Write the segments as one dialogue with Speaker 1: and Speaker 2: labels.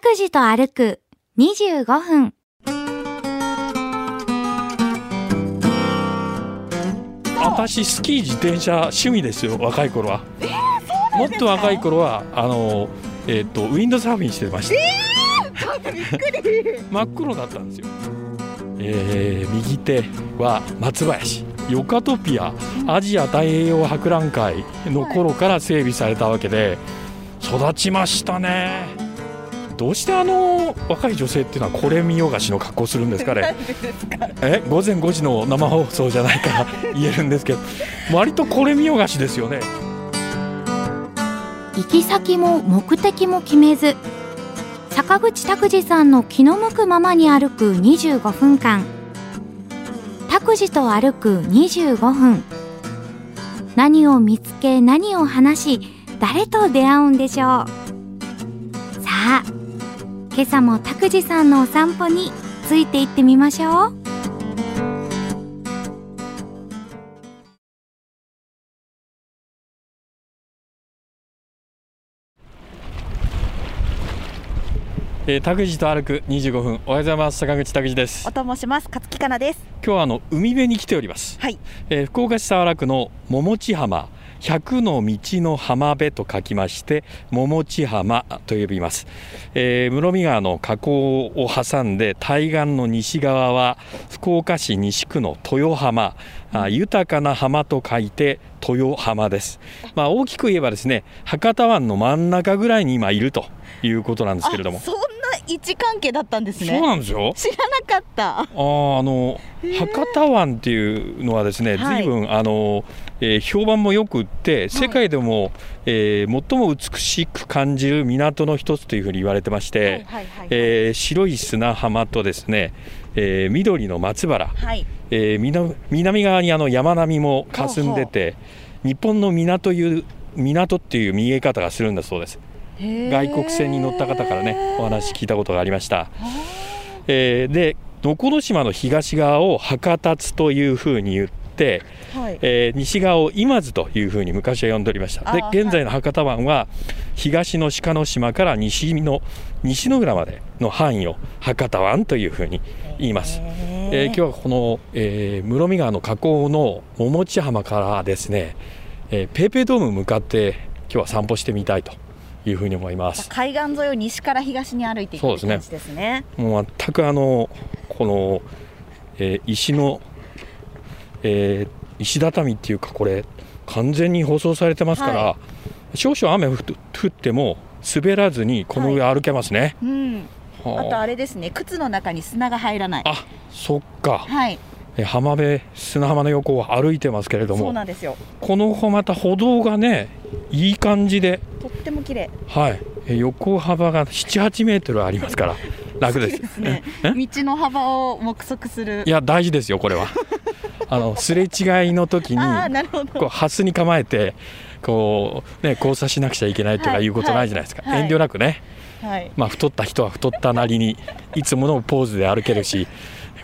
Speaker 1: くじと歩く25分。
Speaker 2: 私スキー自転車趣味ですよ若い頃は、もっと若い頃はあの、えっとウィンドサーフィンしてました、真っ黒だったんですよ、えー右手は松林ヨカトピアアジア太平洋博覧会の頃から整備されたわけで育ちましたねどうしてあの若い女性っていうのはこれ見よがしの格好するんですかねえ午前5時の生放送じゃないから言えるんですけど割とこれ見よがしですよね
Speaker 1: 行き先も目的も決めず、坂口拓司さんの気の向くままに歩く25分間。拓司と歩く25分。何を見つけ、何を話し、誰と出会うんでしょう。さあ、今朝も拓司さんのお散歩について行ってみましょう。
Speaker 2: えー拓司と歩く25分おはようございます坂口拓司です
Speaker 3: おともします勝木かなです
Speaker 2: 今日はあの海辺に来ております、
Speaker 3: はい
Speaker 2: えー福岡市早良区の桃地浜100の道の浜辺と書きまして桃地浜と呼びます、えー室見川の河口を挟んで対岸の西側は福岡市西区の豊浜あ豊かな浜と書いて豊浜です、まあ、大きく言えばですね博多湾の真ん中ぐらいに今いるということなんですけれども
Speaker 3: あそんな位置関係だったんです
Speaker 2: そう
Speaker 3: ね
Speaker 2: なんですよ
Speaker 3: 知らなかった
Speaker 2: あーあの博多湾っていうのはですね、
Speaker 3: はい
Speaker 2: 随分あの、えー評判もよくって世界でも、えー最も美しく感じる港の一つというふうに言われてまして、
Speaker 3: はいはいはい
Speaker 2: えー白い砂浜とですね、えー緑の松原、
Speaker 3: はい
Speaker 2: えー南南側にあの山並みも霞んでて日本の港という港っていう見え方がするんだそうです。外国船に乗った方からねお話聞いたことがありました。えーで能古島の東側を博多津というふうに言って、
Speaker 3: はい
Speaker 2: えー西側を今津というふうに昔は呼んでおりましたで
Speaker 3: あー
Speaker 2: 現在の博多湾は東の鹿の島から西の西の浦までの範囲を博多湾というふうに言います。えー今日はこの、えー室見川の河口の桃地浜からですね、えーペーペードーム向かって今日は散歩してみたいというふうに思います。
Speaker 3: 海岸沿いを西から東に歩いていく
Speaker 2: そう
Speaker 3: 感
Speaker 2: ですね
Speaker 3: じですね
Speaker 2: もう全くあのこの、えー石の、えー石畳っていうかこれ完全に舗装されてますから、
Speaker 3: は
Speaker 2: 少々雨降っ降っても滑らずにこの上歩けますね。
Speaker 3: うんあ
Speaker 2: は
Speaker 3: とあれですね靴の中に砂が入らない
Speaker 2: あそっか、
Speaker 3: はい
Speaker 2: えー浜辺砂浜の横を歩いてますけれど
Speaker 3: そ
Speaker 2: も
Speaker 3: うなんですよ
Speaker 2: このまた歩道がねいい感じで、
Speaker 3: とっても綺麗
Speaker 2: はい、え横幅が78メートルあります から楽 です。
Speaker 3: ですね道の幅を目測する
Speaker 2: いや大事ですよこ れは。あのすれ違いの時に
Speaker 3: ああなるほ
Speaker 2: こう
Speaker 3: ど
Speaker 2: ハスに構えてこうね交差しなくちゃいけないとか
Speaker 3: はい
Speaker 2: いうことないじゃないですか。
Speaker 3: はいはい
Speaker 2: 遠慮なくね、
Speaker 3: はい
Speaker 2: まあ太った人は太ったなりにいつものポーズで歩けるし、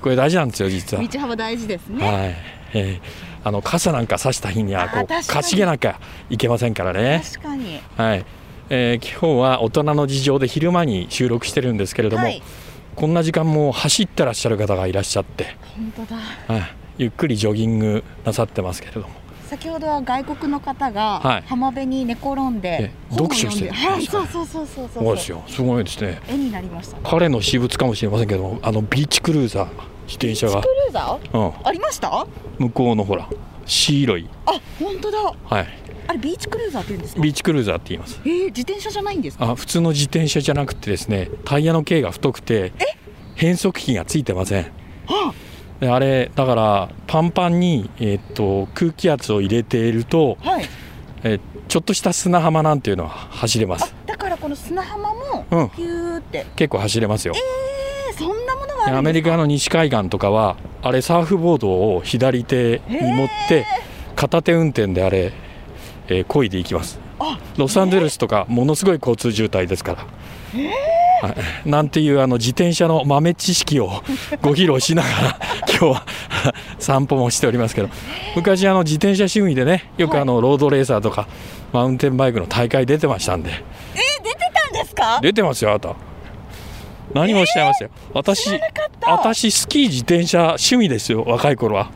Speaker 2: これ大事なんですよ実は。
Speaker 3: 道幅大事ですね
Speaker 2: はい。えーあの傘なんか差した日にはこ
Speaker 3: あー
Speaker 2: う
Speaker 3: 確かに
Speaker 2: かしげなきゃいけませんからね。
Speaker 3: 確かに
Speaker 2: はい、えー今日は大人の事情で昼間に収録してるんですけれども、
Speaker 3: はい
Speaker 2: こんな時間も走ってらっしゃる方がいらっしゃって、
Speaker 3: 本当だ
Speaker 2: はいゆっくりジョギングなさってますけれども、
Speaker 3: 先ほどは外国の方
Speaker 2: はい
Speaker 3: が浜辺に寝転んで
Speaker 2: え、
Speaker 3: 本を読んで
Speaker 2: 読書してる
Speaker 3: はい、そうそうそうそうそう
Speaker 2: そうですよすごいですね
Speaker 3: 絵になりました。
Speaker 2: 彼の私物かもしれませんけどもあのビーチクルーザー自転車が
Speaker 3: ク、ルーザー
Speaker 2: うん、
Speaker 3: ありました？あ、
Speaker 2: 向こうのほら白い、
Speaker 3: 本当だ。
Speaker 2: はい、
Speaker 3: あれビーチクルーザーって言うんですか？
Speaker 2: ビーチクルーザーって言います
Speaker 3: えー、自転車じゃないんですか？
Speaker 2: あ普通の自転車じゃなくてですねタイヤの径が太くて変速機がついてません
Speaker 3: あ、
Speaker 2: であれだからパンパンに、えーっと空気圧を入れていると、
Speaker 3: はい。
Speaker 2: えーちょっとした砂浜なんていうのは走れま
Speaker 3: あ
Speaker 2: す、
Speaker 3: だからこの砂浜も
Speaker 2: うん
Speaker 3: ピューって。
Speaker 2: 結構走れますよ、
Speaker 3: えー、そんなものがあ
Speaker 2: で
Speaker 3: る
Speaker 2: ア
Speaker 3: ん
Speaker 2: メ
Speaker 3: です
Speaker 2: リカ
Speaker 3: か？
Speaker 2: の西海岸とかはあれサーフボードを左手に持って片手運転であれ、えー、漕いでいきます
Speaker 3: あ
Speaker 2: ロサンゼルスとかものすごい交通渋滞ですから、はいなんていうあの自転車の豆知識をご披露しながら 今日は散歩もしておりますけど昔あの自転車趣味でねよくあのロードレーサーとかマウンテンバイクの大会出てましたんで
Speaker 3: えー、出てたんですか？
Speaker 2: 出てますよあなた何もおっしゃいますよ、私私スキー自転車趣味ですよ若い頃は、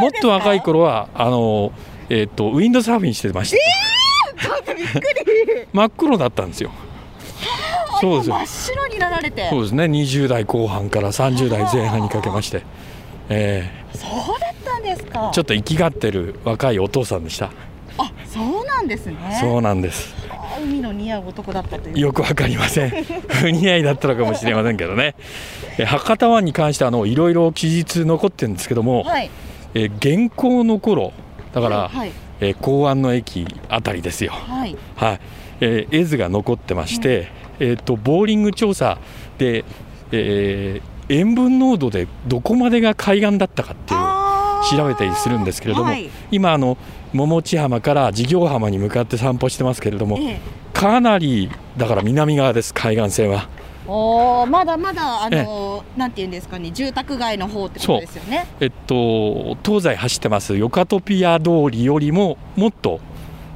Speaker 2: もっと若い頃はあのえっとウィンドサーフィンしてました、
Speaker 3: ちょっとびっくり
Speaker 2: 真っ黒だったんです よそうですよ
Speaker 3: 真っ白になられて
Speaker 2: そうですね20代後半から30代前半にかけまして、え
Speaker 3: そうだったんですか
Speaker 2: ーちょっと生きがってる若いお父さんでした
Speaker 3: あそうなんですね
Speaker 2: そうなんです
Speaker 3: あ海の似合う男だったという
Speaker 2: よくわかりま せん不似合いだったのかもしれませんけどねえ博多湾に関してあのいろいろ記述残ってるんですけども、
Speaker 3: はい
Speaker 2: え現行の頃だから、
Speaker 3: はい
Speaker 2: えー港湾の駅あたりですよ
Speaker 3: はい
Speaker 2: はい、えー絵図が残ってまして、えー、とボーリング調査で、えー塩分濃度でどこまでが海岸だったかっていう
Speaker 3: あー
Speaker 2: 調べたりするんですけれども、
Speaker 3: はい
Speaker 2: 今あの桃地浜から事業浜に向かって散歩してますけれども
Speaker 3: ええ
Speaker 2: かなりだから南側です海岸線は、
Speaker 3: おーまだまだあのーなんていうんですかね住宅街の方ってことですよね
Speaker 2: えっと、東西走ってますヨカトピア通りよりももっと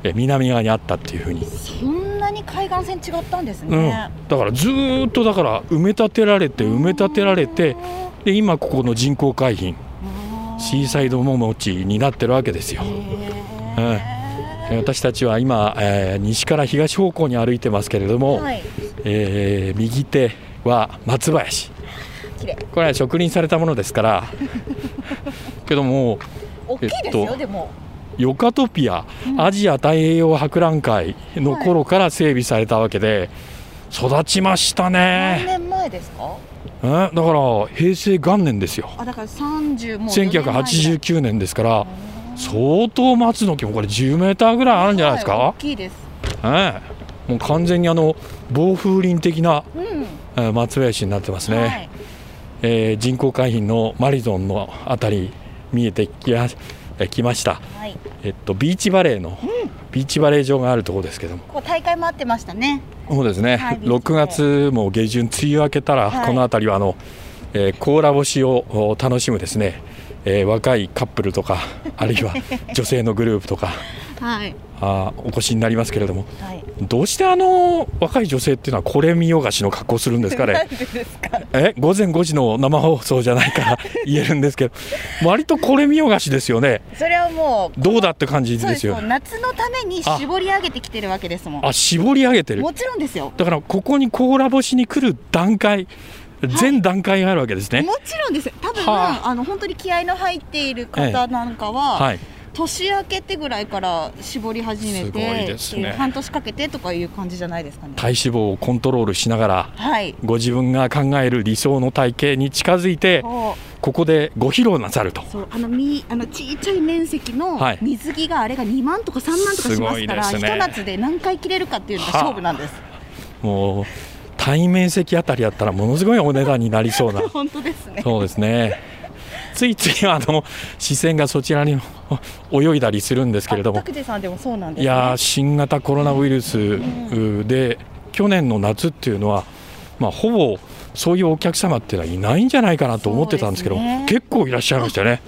Speaker 2: え南側にあったっていうふうに、
Speaker 3: そんなに海岸線違ったんです
Speaker 2: うん、
Speaker 3: ね
Speaker 2: だ、からずーっとだから埋め立てられて埋め立てられてで今ここの人工海浜シーサイド桃地になってるわけですよ。えー
Speaker 3: え
Speaker 2: 私たちは今、えー西から東方向に歩いてますけれども、
Speaker 3: はい
Speaker 2: えー右手は松林
Speaker 3: 綺麗
Speaker 2: これは植林されたものですから けども
Speaker 3: 大きいです
Speaker 2: えっ
Speaker 3: よ
Speaker 2: と
Speaker 3: でも
Speaker 2: ヨカトピア
Speaker 3: うん
Speaker 2: アジア太平洋博覧会の頃から整備されたわけで育ちましたね、
Speaker 3: 何年前ですか
Speaker 2: うんだから平成元年ですよ
Speaker 3: あだから30もう四年前だ
Speaker 2: 1989年ですから
Speaker 3: あー
Speaker 2: 相当松の木もこれ10メーターぐらいあるんじゃないです
Speaker 3: は大
Speaker 2: か、
Speaker 3: きいです
Speaker 2: ええもう完全にあの防風林的な
Speaker 3: うん
Speaker 2: えー松林になってますね、
Speaker 3: はい
Speaker 2: えー人工海浜のマリゾンのあたり見えてきやえーきました、
Speaker 3: はい
Speaker 2: えっと、ビーチバレーの、ビーチバレー場があるところですけども
Speaker 3: こう大会もあってましたね
Speaker 2: そうですね、
Speaker 3: はいビーチバレー
Speaker 2: 6月も下旬梅雨明けたら、
Speaker 3: はい
Speaker 2: このあたりはあの、えー、甲羅干しをお楽しむですね、えー若いカップルとか あるいは女性のグループとか
Speaker 3: はい
Speaker 2: あーお越しになりますけれども
Speaker 3: はい
Speaker 2: どうしてあの若い女性っていうのはこれ見よがしの格好するんですかね
Speaker 3: なんでですか
Speaker 2: え午前5時の生放送じゃないから 言えるんですけど割とこれ見よがしですよね
Speaker 3: それはもう
Speaker 2: どうだって感じ
Speaker 3: そう
Speaker 2: で
Speaker 3: ですす
Speaker 2: よ
Speaker 3: よ夏のために絞り上げてきてるわけですもん
Speaker 2: あ絞り上げてる
Speaker 3: もちろんですよ
Speaker 2: だからここに甲羅干しに来る段階全段階があるわけですね、
Speaker 3: もちろんですよ多分、
Speaker 2: は
Speaker 3: あの本当に気合の入っている方なんかは、
Speaker 2: はい
Speaker 3: 年明けてぐらいから絞り始め
Speaker 2: す
Speaker 3: て
Speaker 2: ごいですね
Speaker 3: えー半年かけてとかいう感じじゃないですかね
Speaker 2: 体脂肪をコントロールしながら
Speaker 3: はい
Speaker 2: ご自分が考える理想の体型に近づいて
Speaker 3: こ
Speaker 2: ここでご披露なさると
Speaker 3: うそうあのみあのちっちゃい面積の
Speaker 2: はい
Speaker 3: 水着があれが2万とか3万とかしますから
Speaker 2: すごい
Speaker 3: ひ
Speaker 2: ですね
Speaker 3: と夏で何回着れるかっていうのが勝負なんです
Speaker 2: もう対面席あたりだったらものすごいお値段になりそう な
Speaker 3: 本当ですね
Speaker 2: そうですね。ついついあの視線がそちらに 泳いだりするんですけれど
Speaker 3: あ
Speaker 2: も、
Speaker 3: 拓司さんでもそうなんです、ね、
Speaker 2: いやー新型コロナウイルスで去年の夏っていうのは、まあ、ほぼそういうお客様っていうのはいないんじゃないかなと思ってたんですけど、
Speaker 3: そうですね
Speaker 2: 結構いらっしゃいましたね。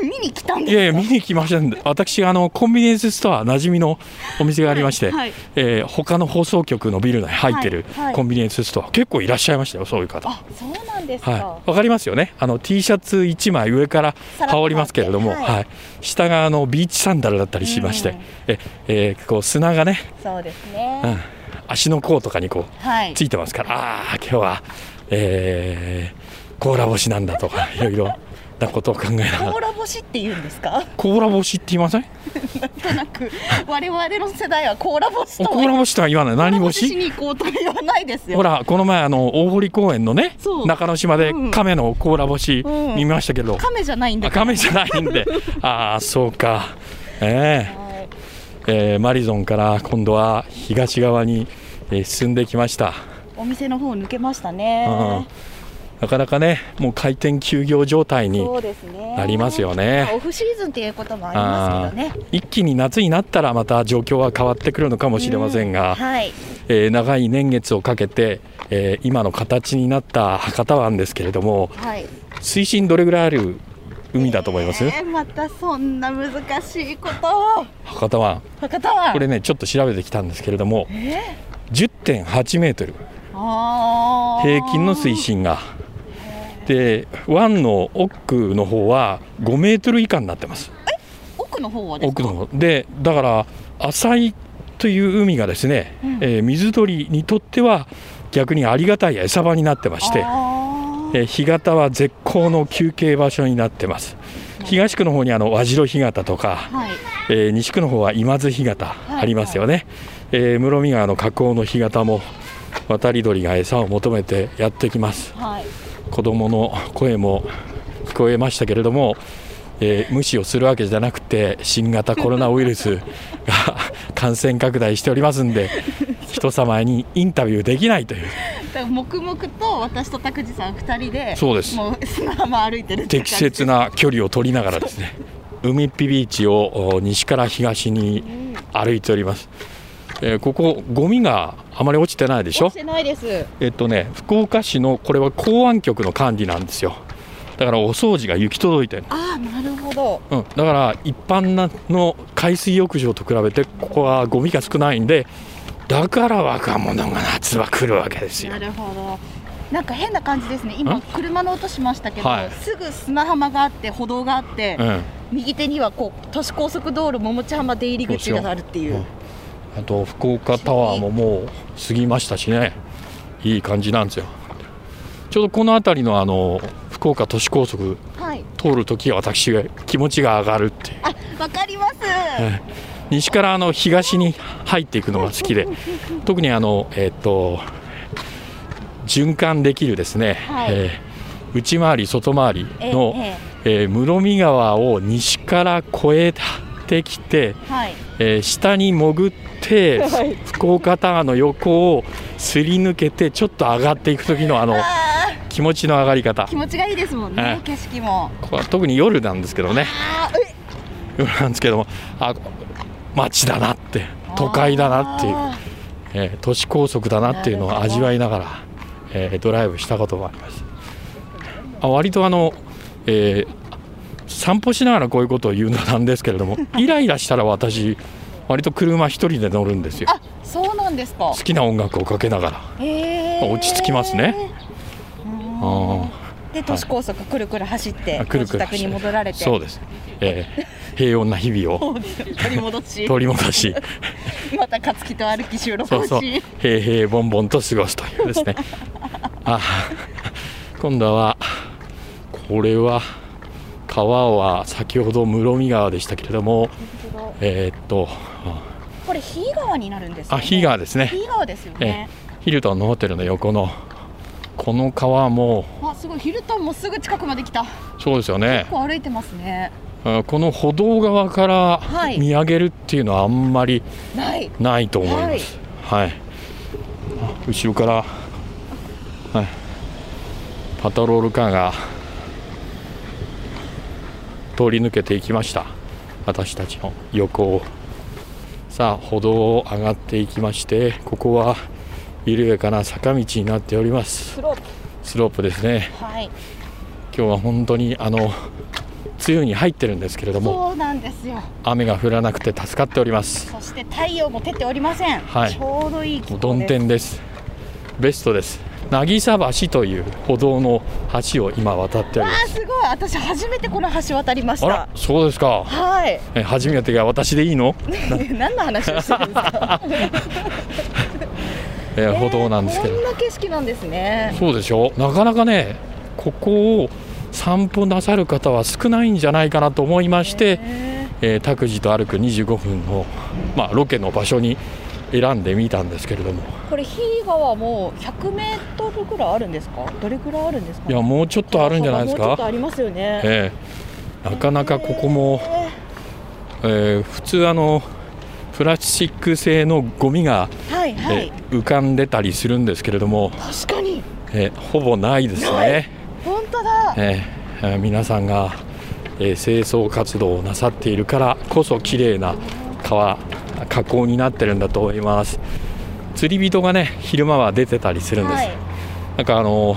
Speaker 3: 見に来たん
Speaker 2: い
Speaker 3: です
Speaker 2: やいや見に来ましたんで私あのコンビニエンスストア馴染みのお店がありまして、
Speaker 3: はいはい
Speaker 2: えー他の放送局のビル内入ってる
Speaker 3: はいはい
Speaker 2: コンビニエンスストア、結構いらっしゃいましたよそういう方。
Speaker 3: あそうなんですか、
Speaker 2: はい、わかりますよね。あの T シャツ1枚上から
Speaker 3: さらっと
Speaker 2: 羽織りますけれども、は、
Speaker 3: はいい
Speaker 2: 下があのビーチサンダルだったりしまして、
Speaker 3: うん
Speaker 2: え、えーこう砂がね、
Speaker 3: そうです
Speaker 2: う
Speaker 3: ね、
Speaker 2: ん、足の甲とかにこ
Speaker 3: はいう
Speaker 2: ついてますから、ああー今日は、えー、甲羅干しなんだとかいろいろなことを考えなが
Speaker 3: 甲
Speaker 2: ら、
Speaker 3: 羅干しって言うんで すか
Speaker 2: 甲羅干しって言いません？
Speaker 3: なんとなく我々の世代は甲羅干しと
Speaker 2: お
Speaker 3: は
Speaker 2: 甲羅干しとは言わない。何干
Speaker 3: 甲
Speaker 2: し？
Speaker 3: 羅干しに行こうとは言わないですよ
Speaker 2: ほらこの前あの大堀公園のね
Speaker 3: そう
Speaker 2: 中之島で
Speaker 3: うん
Speaker 2: 亀の甲羅干し
Speaker 3: うん
Speaker 2: 見ましたけど、
Speaker 3: 亀じゃないんだ
Speaker 2: 赤目じゃないん でああそうかえ
Speaker 3: は
Speaker 2: え
Speaker 3: い
Speaker 2: えーマリゾンから今度は東側に、えー進んできました、
Speaker 3: お店の方抜けました
Speaker 2: うん
Speaker 3: ね、
Speaker 2: なかなかねもう開店休業状態に
Speaker 3: そうですね
Speaker 2: なりますよね
Speaker 3: あオフシーズンっていうこともありますけどね
Speaker 2: 一気に夏になったらまた状況は変わってくるのかもしれませんが、
Speaker 3: はい
Speaker 2: えー長い年月をかけて、えー今の形になった博多湾ですけれども
Speaker 3: はい
Speaker 2: 水深どれぐらいある海だと思います、
Speaker 3: えーまたそんな難しいことを
Speaker 2: 博多湾
Speaker 3: 博多は
Speaker 2: これねちょっと調べてきたんですけれども
Speaker 3: えー
Speaker 2: 10.8メートル
Speaker 3: あ
Speaker 2: 平均の水深が。で湾の奥の方は5メートル以下になってます
Speaker 3: 奥の方はです
Speaker 2: 奥
Speaker 3: か
Speaker 2: の方でだから浅いという海がですね、
Speaker 3: うん
Speaker 2: えー水鳥にとっては逆にありがたい餌場になってまして、
Speaker 3: あー
Speaker 2: えー干潟は絶好の休憩場所になってます東区の方にあの和白干潟とか、
Speaker 3: はい
Speaker 2: えー西区の方は今津干潟
Speaker 3: い
Speaker 2: ありますよね、えー室見川の河口の干潟も渡り鳥が餌を求めてやってきます
Speaker 3: はい
Speaker 2: 子供の声も聞こえましたけれども、えー無視をするわけじゃなくて新型コロナウイルスが 感染拡大しておりますんで人様にインタビューできないという
Speaker 3: だから黙々と私と拓司さん二人で
Speaker 2: そうです
Speaker 3: もう砂浜歩いてるって感
Speaker 2: 適
Speaker 3: じ
Speaker 2: 切な距離を取りながらですね海っぴビーチをお西から東に歩いております、えーここゴミがあまり落ちてないでし
Speaker 3: 落
Speaker 2: ょ
Speaker 3: ちてないです
Speaker 2: えっとね福岡市のこれは公安局の管理なんですよだからお掃除が行き届いてる
Speaker 3: ああなるほど
Speaker 2: うん、だから一般なの海水浴場と比べてここはゴミが少ないんでだから若者が夏は来るわけですよ
Speaker 3: なるほどなんか変な感じですね今
Speaker 2: ん
Speaker 3: 車の音しましたけど、
Speaker 2: はい
Speaker 3: すぐ砂浜があって歩道があって、
Speaker 2: うん、
Speaker 3: 右手にはこう都市高速道路桃地浜出入り口があるっていう
Speaker 2: そうしよあと福岡タワーももう過ぎましたしねいい感じなんですよちょうどこの辺りのあの福岡都市高速
Speaker 3: はい
Speaker 2: 通るときは私が気持ちが上がるっていう
Speaker 3: あわかります、
Speaker 2: ええ西からあの東に入っていくのが好きで特にあの、えっと循環できるですね、
Speaker 3: はい
Speaker 2: ええ内回り外回り
Speaker 3: ええ
Speaker 2: の、え
Speaker 3: え
Speaker 2: え室見川を西から越えてきて、
Speaker 3: えはい
Speaker 2: ええ下に潜って、
Speaker 3: はい
Speaker 2: 福岡タワーの横をすり抜けてちょっと上がっていく時のあの
Speaker 3: あー
Speaker 2: 気持ちの上がり方
Speaker 3: 気持ちがいいですもん
Speaker 2: え
Speaker 3: ね
Speaker 2: え
Speaker 3: 景色も
Speaker 2: ここは特に夜なんですけどね
Speaker 3: あーえ
Speaker 2: 夜なんですけどもあ街だなって都会だなっていう。
Speaker 3: あ
Speaker 2: えー都市高速だなっていうの
Speaker 3: な
Speaker 2: を
Speaker 3: るほど
Speaker 2: 味わいながら、えードライブしたこともありますあ割とあの、えー散歩しながらこういうことを言うのなんですけれど もイライラしたら私割と車一人で乗るんですよ
Speaker 3: ーあそうなんですか
Speaker 2: 好きな音楽をかけながら
Speaker 3: へー
Speaker 2: 落ち着きますね
Speaker 3: う
Speaker 2: あ
Speaker 3: ん
Speaker 2: ー
Speaker 3: で都市高速くるくる走って、
Speaker 2: あくる
Speaker 3: ご自
Speaker 2: くる
Speaker 3: 宅に戻られて
Speaker 2: そうです、えー平穏な日々を
Speaker 3: そうですよ取り戻し
Speaker 2: 取り戻 し
Speaker 3: また勝木と歩き収 録
Speaker 2: そう
Speaker 3: をし
Speaker 2: そう平平凡々と過ごすというです ねあ今度はこれは川は先ほど室見川でしたけれどもえーっと
Speaker 3: これ日川になるんですよ
Speaker 2: あ
Speaker 3: ね
Speaker 2: 日川ですね
Speaker 3: 日川ですよね、
Speaker 2: ヒルトンのホテルの横のこの川も
Speaker 3: あすごいヒルトンもすぐ近くまで来た
Speaker 2: そうですよね
Speaker 3: こう歩いてますね
Speaker 2: あこの歩道側から
Speaker 3: はい
Speaker 2: 見上げるっていうのはあんまり
Speaker 3: ない
Speaker 2: ないと思いますはい、あ後ろから、はい、パトロールカーが通り抜けていきました私たちの横をさあ歩道を上がっていきましてここは緩やかな坂道になっております
Speaker 3: スロープ
Speaker 2: スロープですね
Speaker 3: はい
Speaker 2: 今日は本当にあの梅雨に入ってるんですけれども
Speaker 3: そうなんですよ
Speaker 2: 雨が降らなくて助かっております
Speaker 3: そして太陽も照っておりません、
Speaker 2: はい
Speaker 3: ちょうどいい気
Speaker 2: もう
Speaker 3: 候
Speaker 2: 曇
Speaker 3: です
Speaker 2: 天です。ベストです。渚橋という歩道の橋を今渡っておりま
Speaker 3: あ
Speaker 2: す。
Speaker 3: すごい私初めてこの橋渡りまし
Speaker 2: あら
Speaker 3: た、
Speaker 2: そうですか。
Speaker 3: はい
Speaker 2: え初めてが私でいいの？
Speaker 3: 何の話をしてるんですか
Speaker 2: え歩道なんですけ
Speaker 3: えー
Speaker 2: ど。
Speaker 3: こんな景色なんですね
Speaker 2: そうでしょ。なかなかね、ここを散歩なさる方は少ないんじゃないかなと思いまして、
Speaker 3: へ
Speaker 2: えー、タクジと歩く25分のまあロケの場所に選んでみたんですけれども、
Speaker 3: ーこれ日川も100メートルぐらいあるんですかどれぐらいあるんですか
Speaker 2: いやもうちょっとあるんじゃないです
Speaker 3: もうちょっ
Speaker 2: か
Speaker 3: と。ありますよね
Speaker 2: ええなかなかここも。
Speaker 3: え
Speaker 2: えー普通あのプラスチック製のゴミが、
Speaker 3: ーはいは
Speaker 2: え
Speaker 3: い
Speaker 2: ー浮かんでたりするんですけれども、
Speaker 3: 確かに
Speaker 2: えーほぼないですね、
Speaker 3: 本当だ
Speaker 2: えーえー皆さんが、えー清掃活動をなさっているからこそ綺麗な川河口になってるんだと思います釣り人がね昼間は出てたりするんです、
Speaker 3: はい
Speaker 2: なんかあの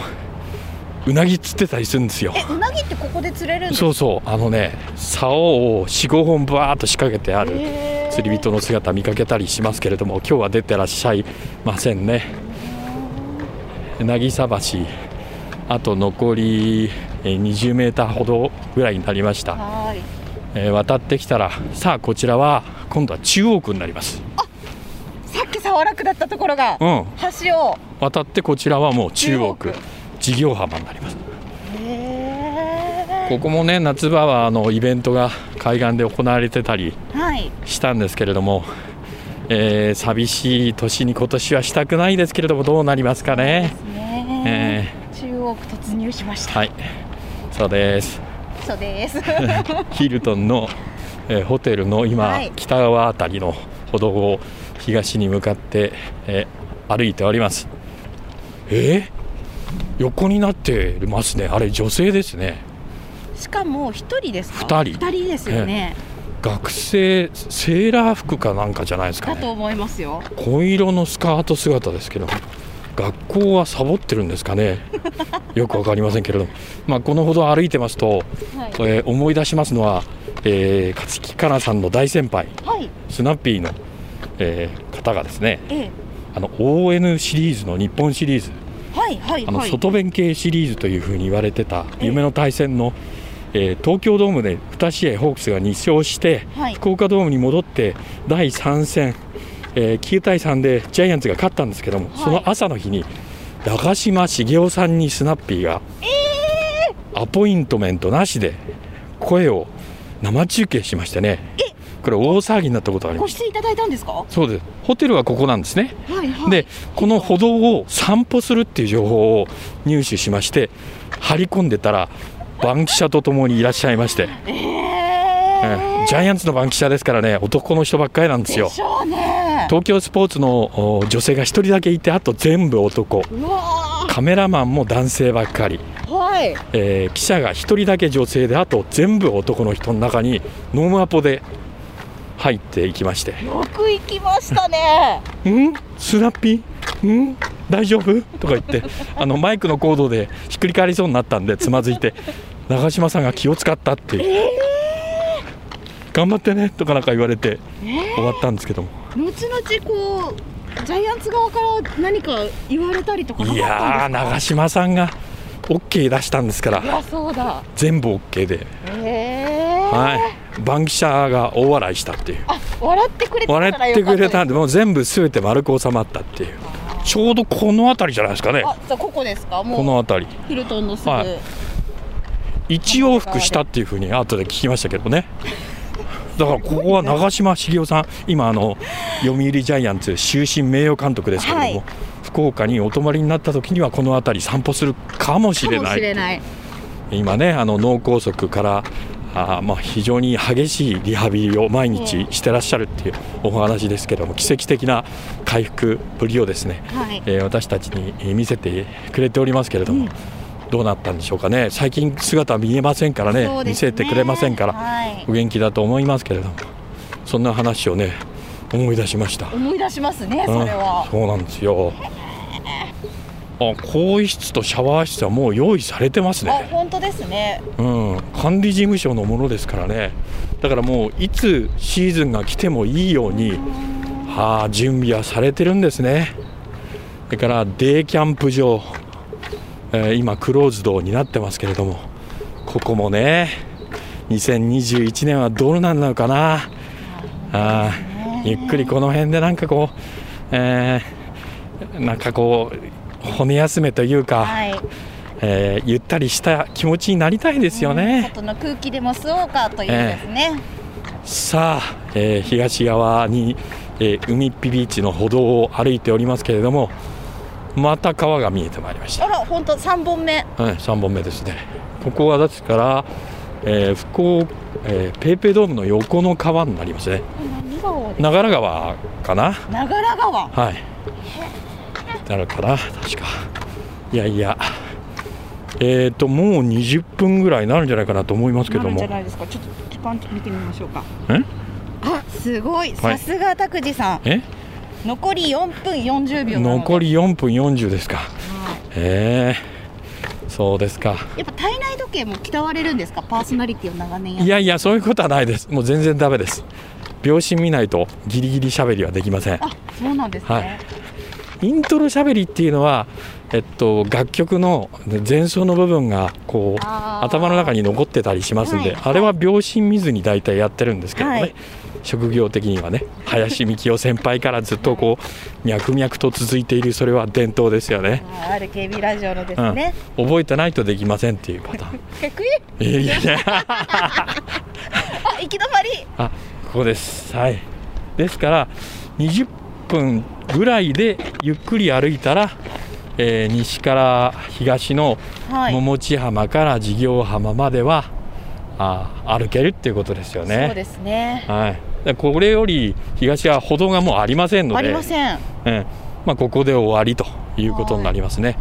Speaker 2: うなぎ釣ってたりするんですよ
Speaker 3: えうなぎってここで釣れるんですか
Speaker 2: そうそうあのね竿を45本バーッと仕掛けてある、
Speaker 3: へー
Speaker 2: 釣り人の姿見かけたりしますけれども今日は出てらっしゃいませんね、渚橋あと残りえー20メーターほどぐらいになりました、
Speaker 3: はい。
Speaker 2: えー渡ってきたらさあこちらは今度は中央区になります
Speaker 3: さっき沢楽だったところが
Speaker 2: うん
Speaker 3: 橋を。
Speaker 2: 渡ってこちらはもう中央区
Speaker 3: 中央区
Speaker 2: 事業浜になります
Speaker 3: へ
Speaker 2: ここもね夏場はあのイベントが海岸で行われてたり
Speaker 3: ーはい。
Speaker 2: したんですけれども、えー寂しい年に今年はしたくないですけれどもどうなりますかね、
Speaker 3: ね
Speaker 2: え
Speaker 3: 中央区突入しまし
Speaker 2: ー
Speaker 3: た。
Speaker 2: はいそうです
Speaker 3: そうです。
Speaker 2: ヒルトンの、えーホテルの今、
Speaker 3: はい
Speaker 2: 北側あたりの歩道を東に向かって、えー歩いておりますえー横になってますねあれ女性ですね
Speaker 3: しかも一人ですか。
Speaker 2: 二人
Speaker 3: 二人ですよね。
Speaker 2: 学生セーラー服かなんかじゃないですか
Speaker 3: だと
Speaker 2: ね
Speaker 3: 思いますよ。
Speaker 2: 紺色のスカート姿ですけど学校はサボってるんですかねよくわかりませんけれども、まあ、このほど歩いてますと、
Speaker 3: はい。
Speaker 2: えー思い出しますのは、えー勝木かなさんの大先輩
Speaker 3: はい。
Speaker 2: スナッピーの、えー方がですね
Speaker 3: ええ。
Speaker 2: あの ON シリーズの日本シリーズ
Speaker 3: はいはい
Speaker 2: あの
Speaker 3: はい。
Speaker 2: 外弁慶シリーズというふうに言われてた
Speaker 3: ええ
Speaker 2: 夢の対戦の、えー東京ドームで2試合ホークスが2勝して、
Speaker 3: はい
Speaker 2: 福岡ドームに戻って第3戦、えー9対3でジャイアンツが勝ったんですけども、
Speaker 3: はい
Speaker 2: その朝の日に長嶋茂雄さんにスナッピーがアポイントメントなしで声を生中継しましてねこれ大騒ぎになったことがありま
Speaker 3: ご
Speaker 2: した
Speaker 3: 出演いただいたんですか。は
Speaker 2: そうですホテルはここなんですね
Speaker 3: いはい。
Speaker 2: でこの歩道を散歩するっていう情報を入手しまして張り込んでたらバンキシャとともにいらっしゃいまして、
Speaker 3: え
Speaker 2: え
Speaker 3: え。
Speaker 2: ージャイアンツのバンキシャですからね男の人ばっかりなんですよ
Speaker 3: でしょうね。
Speaker 2: 東京スポーツのお女性が1人だけいてあと全部男
Speaker 3: うわ
Speaker 2: カメラマンも男性ばっかり、
Speaker 3: ー。はい。
Speaker 2: えー記者が1人だけ女性であと全部男の人の中にノームアポで入っていきまして
Speaker 3: よく行きましたね。
Speaker 2: んスラッピーん大丈夫とか言ってあのマイクのコードでひっくり返りそうになったんでつまずいて長嶋さんが気を使ったっていう、頑張ってねとかなんか言われて終わったんですけども、
Speaker 3: 後々こうジャイアンツ側から何か言われたりとかなか
Speaker 2: い
Speaker 3: った
Speaker 2: やー
Speaker 3: んですか
Speaker 2: 長嶋さんが OK 出したんですか
Speaker 3: い
Speaker 2: ら
Speaker 3: やそうだ
Speaker 2: 全部 OK で、
Speaker 3: へー
Speaker 2: はい、バンキシャが大笑いしたっていう
Speaker 3: あ笑ってくれてたら
Speaker 2: 笑
Speaker 3: よかった
Speaker 2: ってくれたん
Speaker 3: ん
Speaker 2: でもう全部全て丸く収まったっていうちょうどこの辺りじゃないですかね
Speaker 3: あじゃあここですかもう
Speaker 2: この辺り
Speaker 3: ヒルトンのすぐ、
Speaker 2: はい一往復したっていうふうに後で聞きましたけどね。だからここは長嶋茂雄さん、今あの読売ジャイアンツ終身名誉監督ですけれども、
Speaker 3: はい
Speaker 2: 福岡にお泊まりになった時にはこの辺り散歩するかもしれ
Speaker 3: かも
Speaker 2: な
Speaker 3: し
Speaker 2: い。
Speaker 3: れない
Speaker 2: 今ねあの脳梗塞からあーまあ非常に激しいリハビリを毎日してらっしゃるっていうお話ですけれども、奇跡的な回復ぶりをですね、
Speaker 3: はい
Speaker 2: えー私たちにえー見せてくれておりますけれども、どうなったんでしょうかね最近姿は見えませんからね
Speaker 3: そうで
Speaker 2: 見
Speaker 3: すね
Speaker 2: せてくれませんから、
Speaker 3: はい
Speaker 2: お元気だと思いますけれどもそんな話をね思い出しました、
Speaker 3: 思い出しますねそれ
Speaker 2: うん
Speaker 3: は
Speaker 2: そうなんですよあ更衣室とシャワー室はもう用意されてます
Speaker 3: あ
Speaker 2: ね
Speaker 3: 本当ですね
Speaker 2: うん、管理事務所のものですからね、だからもういつシーズンが来てもいいように、はあ、準備はされてるんですね、それからデイキャンプ場、えー今、クローズドになってますけれども、ここもね、2021年はどうなるのかな、あーゆっくりこの辺でなんかこう、えーなんかこう、骨休めというか。
Speaker 3: はい
Speaker 2: えーゆったりした気持ちになりたいですよね。
Speaker 3: 外の空気でも吸おうかというですね、
Speaker 2: さあ、えー東側に、えー海っぴビーチの歩道を歩いておりますけれども、また川が見えてまいりまし
Speaker 3: あら本当三本目
Speaker 2: た。はい、3本目ですね。ここはですから、えー福岡、えーペイペイドームの横の川になりますね。
Speaker 3: 何川で
Speaker 2: 長良川かな。
Speaker 3: 長良川
Speaker 2: はい。なるかな、確か。いやいや。えーともう20分ぐらいになるんじゃないかなと思いますけ
Speaker 3: な
Speaker 2: ど
Speaker 3: るん
Speaker 2: も
Speaker 3: じゃないですかちょっと時間見てみましょうか
Speaker 2: え
Speaker 3: あすご
Speaker 2: は
Speaker 3: い
Speaker 2: い
Speaker 3: さすが拓司さん
Speaker 2: え
Speaker 3: 残り4分40秒なので
Speaker 2: 残り4分40ですか
Speaker 3: は
Speaker 2: へえそうですか
Speaker 3: いやっぱ体内時計も鍛われるんですかパーソナリティを長年やっ
Speaker 2: いやいやそういうことはないですもう全然ダメです秒針見ないとギリギリ喋りはできません
Speaker 3: あそうなんですね、
Speaker 2: はいイントロしゃべりっていうのは、えっと、楽曲の前奏の部分がこう頭の中に残ってたりしますんで、
Speaker 3: はい
Speaker 2: あれは秒針見ずに大体やってるんですけどもね、
Speaker 3: はい
Speaker 2: 職業的にはね林幹雄先輩からずっとこう脈々と続いているそれは伝統ですよね。
Speaker 3: あ RKB ラジオので
Speaker 2: う
Speaker 3: す
Speaker 2: ん
Speaker 3: ね、
Speaker 2: 覚えてないとできませんっていうパターン。
Speaker 3: かっこいい
Speaker 2: いやいやいや
Speaker 3: あ行き止まり
Speaker 2: あここです、はい、ですから20分ぐらいでゆっくり歩いたら、えー西から東の
Speaker 3: はい
Speaker 2: 桃地浜から事業浜までは、あ歩けるっていうことですよね。
Speaker 3: そうですね
Speaker 2: はい、でこれより東は歩道がもうありませんの
Speaker 3: あり
Speaker 2: で
Speaker 3: ません
Speaker 2: ええまあ、ここで終わりということになりますね。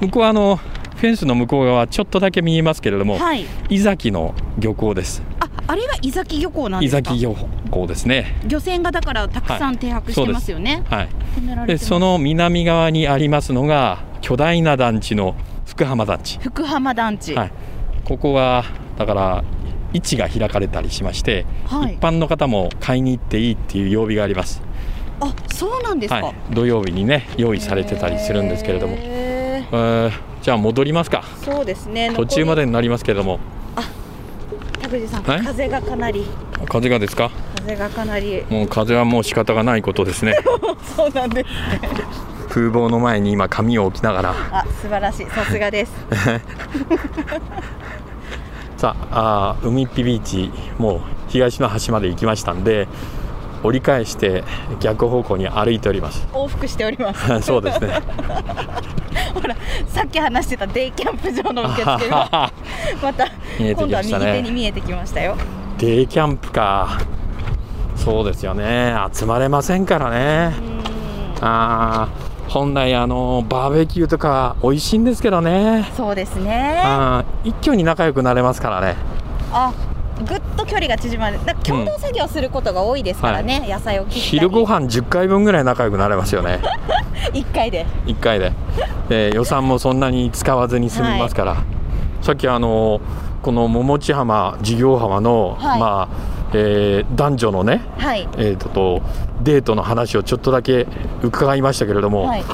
Speaker 2: 向こうはあのフェンスの向こう側ちょっとだけ見えますけれども、
Speaker 3: はい
Speaker 2: 伊崎の漁港です。
Speaker 3: ああれが伊崎漁港なん
Speaker 2: 伊
Speaker 3: ですか
Speaker 2: 崎漁港ですね。
Speaker 3: 漁船がだからたくさん停泊してますよね、
Speaker 2: はい。
Speaker 3: 止められ
Speaker 2: で
Speaker 3: て
Speaker 2: そ
Speaker 3: ます
Speaker 2: の南側にありますのが巨大な団地の福浜団地、
Speaker 3: 福浜団地、
Speaker 2: はい、ここはだから位置が開かれたりしまして、
Speaker 3: はい
Speaker 2: 一般の方も買いに行っていいっていう曜日があります
Speaker 3: あそうなんですか、
Speaker 2: はい、土曜日にね用意されてたりするんですけれども、え
Speaker 3: へー
Speaker 2: ーじゃあ戻りますか
Speaker 3: そうですね
Speaker 2: 途中ま
Speaker 3: で
Speaker 2: でになりますけれども
Speaker 3: 田口さん、
Speaker 2: はい
Speaker 3: 風がかなり
Speaker 2: 風がですか
Speaker 3: 風がかなり
Speaker 2: もう風はもう仕方がないことですね
Speaker 3: そうなんです
Speaker 2: 風防の前に今髪を置きながら
Speaker 3: あ素晴らしいさす がです
Speaker 2: さああー海っぴビーチもう東の端まで行きましたんで折り返して逆方向に歩いております
Speaker 3: 往復しております
Speaker 2: そうですね
Speaker 3: ほらさっき話してたデイキャンプ場の受付が また
Speaker 2: 見えて
Speaker 3: 今
Speaker 2: き
Speaker 3: 度
Speaker 2: ま
Speaker 3: は
Speaker 2: し
Speaker 3: 右
Speaker 2: たね
Speaker 3: 手に見えてきましたよ
Speaker 2: デイキャンプかそうですよね集まれませんからね
Speaker 3: うーん
Speaker 2: あー本来あのバーベキューとか美味しいんですけどね
Speaker 3: そうですね
Speaker 2: あ
Speaker 3: あ
Speaker 2: ー一挙に仲良くなれますからね
Speaker 3: ぐっと距離が縮まるなんか共同作業することが多いですからね、野菜を切ったり
Speaker 2: 昼ご飯10回分ぐらい仲良くなれますよね
Speaker 3: 1回で
Speaker 2: 1回でで予算もそんなに使わずに済みますから、さっきあのこの桃地浜事業浜の、
Speaker 3: はい
Speaker 2: まあえー男女のね、
Speaker 3: はい
Speaker 2: えー、ととデートの話をちょっとだけ伺いましたけれども、
Speaker 3: はい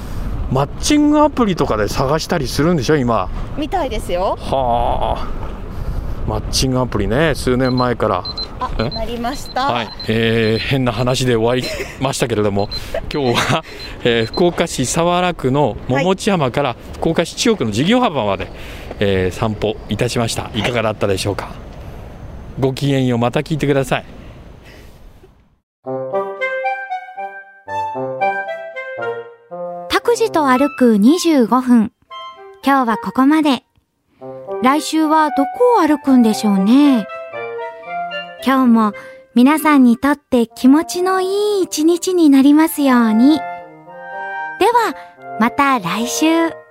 Speaker 2: マッチングアプリとかで探したりするんでしょ今
Speaker 3: みたいですよ
Speaker 2: はあマッチングアプリね数年前から
Speaker 3: あ
Speaker 2: え
Speaker 3: なりました、
Speaker 2: はい、えー変な話で終わりましたけれども今日は、えー福岡市早良区の桃地浜から福岡市中央区の事業幅まで、えー散歩いたしましたいかがだったでしょうか、ごきげんようまた聞いてください
Speaker 1: 託児と歩く25分。今日はここまで。来週はどこを歩くんでしょうね。今日も皆さんにとって気持ちのいい一日になりますように。では、また来週。